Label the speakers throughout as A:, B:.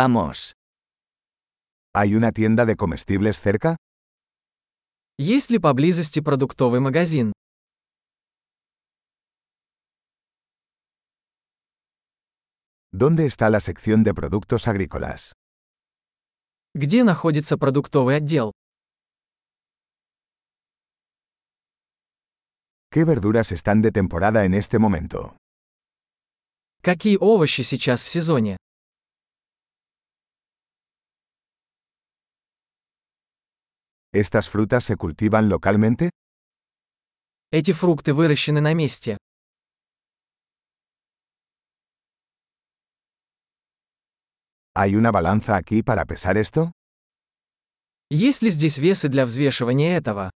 A: Vamos.
B: ¿Hay una tienda de comestibles cerca?
C: Есть ли поблизости продуктовый магазин?
B: ¿Dónde está la sección de productos agrícolas?
C: Где находится продуктовый отдел?
B: ¿Qué verduras están de temporada en este momento?
C: Какие овощи сейчас в сезоне?
B: ¿Estas frutas se cultivan localmente?
C: Эти фрукты выращены на месте.
B: ¿Hay una balanza aquí para pesar esto?
C: Есть ли здесь весы для взвешивания этого?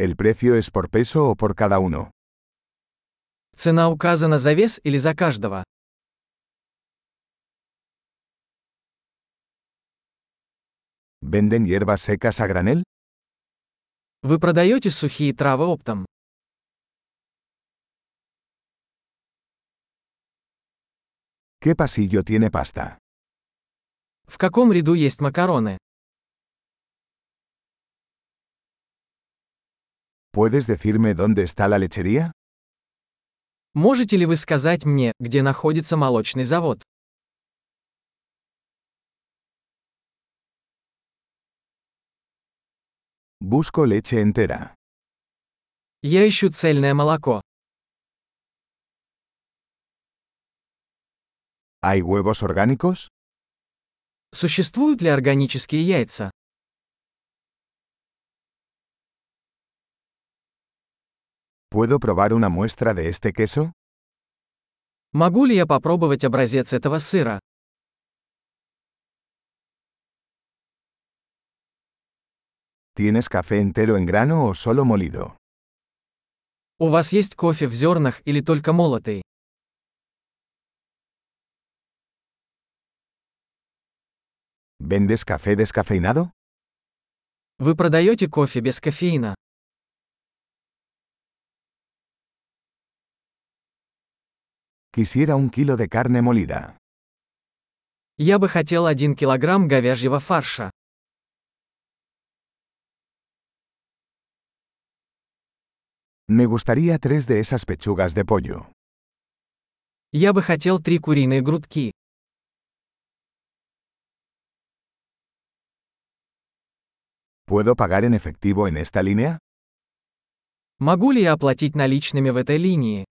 B: ¿El precio es por peso o por cada uno?
C: Цена указана за вес или за каждого?
B: ¿Venden hierbas secas a granel?
C: Вы продаете сухие травы оптом?
B: ¿Qué pasillo tiene pasta?
C: В каком ряду есть макароны?
B: ¿Puedes decirme dónde está la lechería?
C: Можете ли вы сказать мне, где находится молочный завод?
B: Busco leche entera.
C: Я ищу цельное молоко.
B: ¿Hay huevos orgánicos?
C: Существуют ли органические яйца?
B: ¿Puedo probar una muestra de este queso?
C: Могу ли я попробовать образец этого сыра?
B: ¿Tienes café entero en grano o solo molido?
C: У вас есть кофе в зернах или только молотый?
B: ¿Vendes café descafeinado?
C: Вы продаете кофе без кофеина?
B: Quisiera un kilo de carne molida.
C: Я бы хотел 1 килограмм говяжьего фарша.
B: Me gustaría tres de esas pechugas de pollo.
C: Я бы хотел 3 куриные грудки.
B: ¿Puedo pagar en efectivo en esta línea?
C: Могу ли я оплатить наличными в этой линии?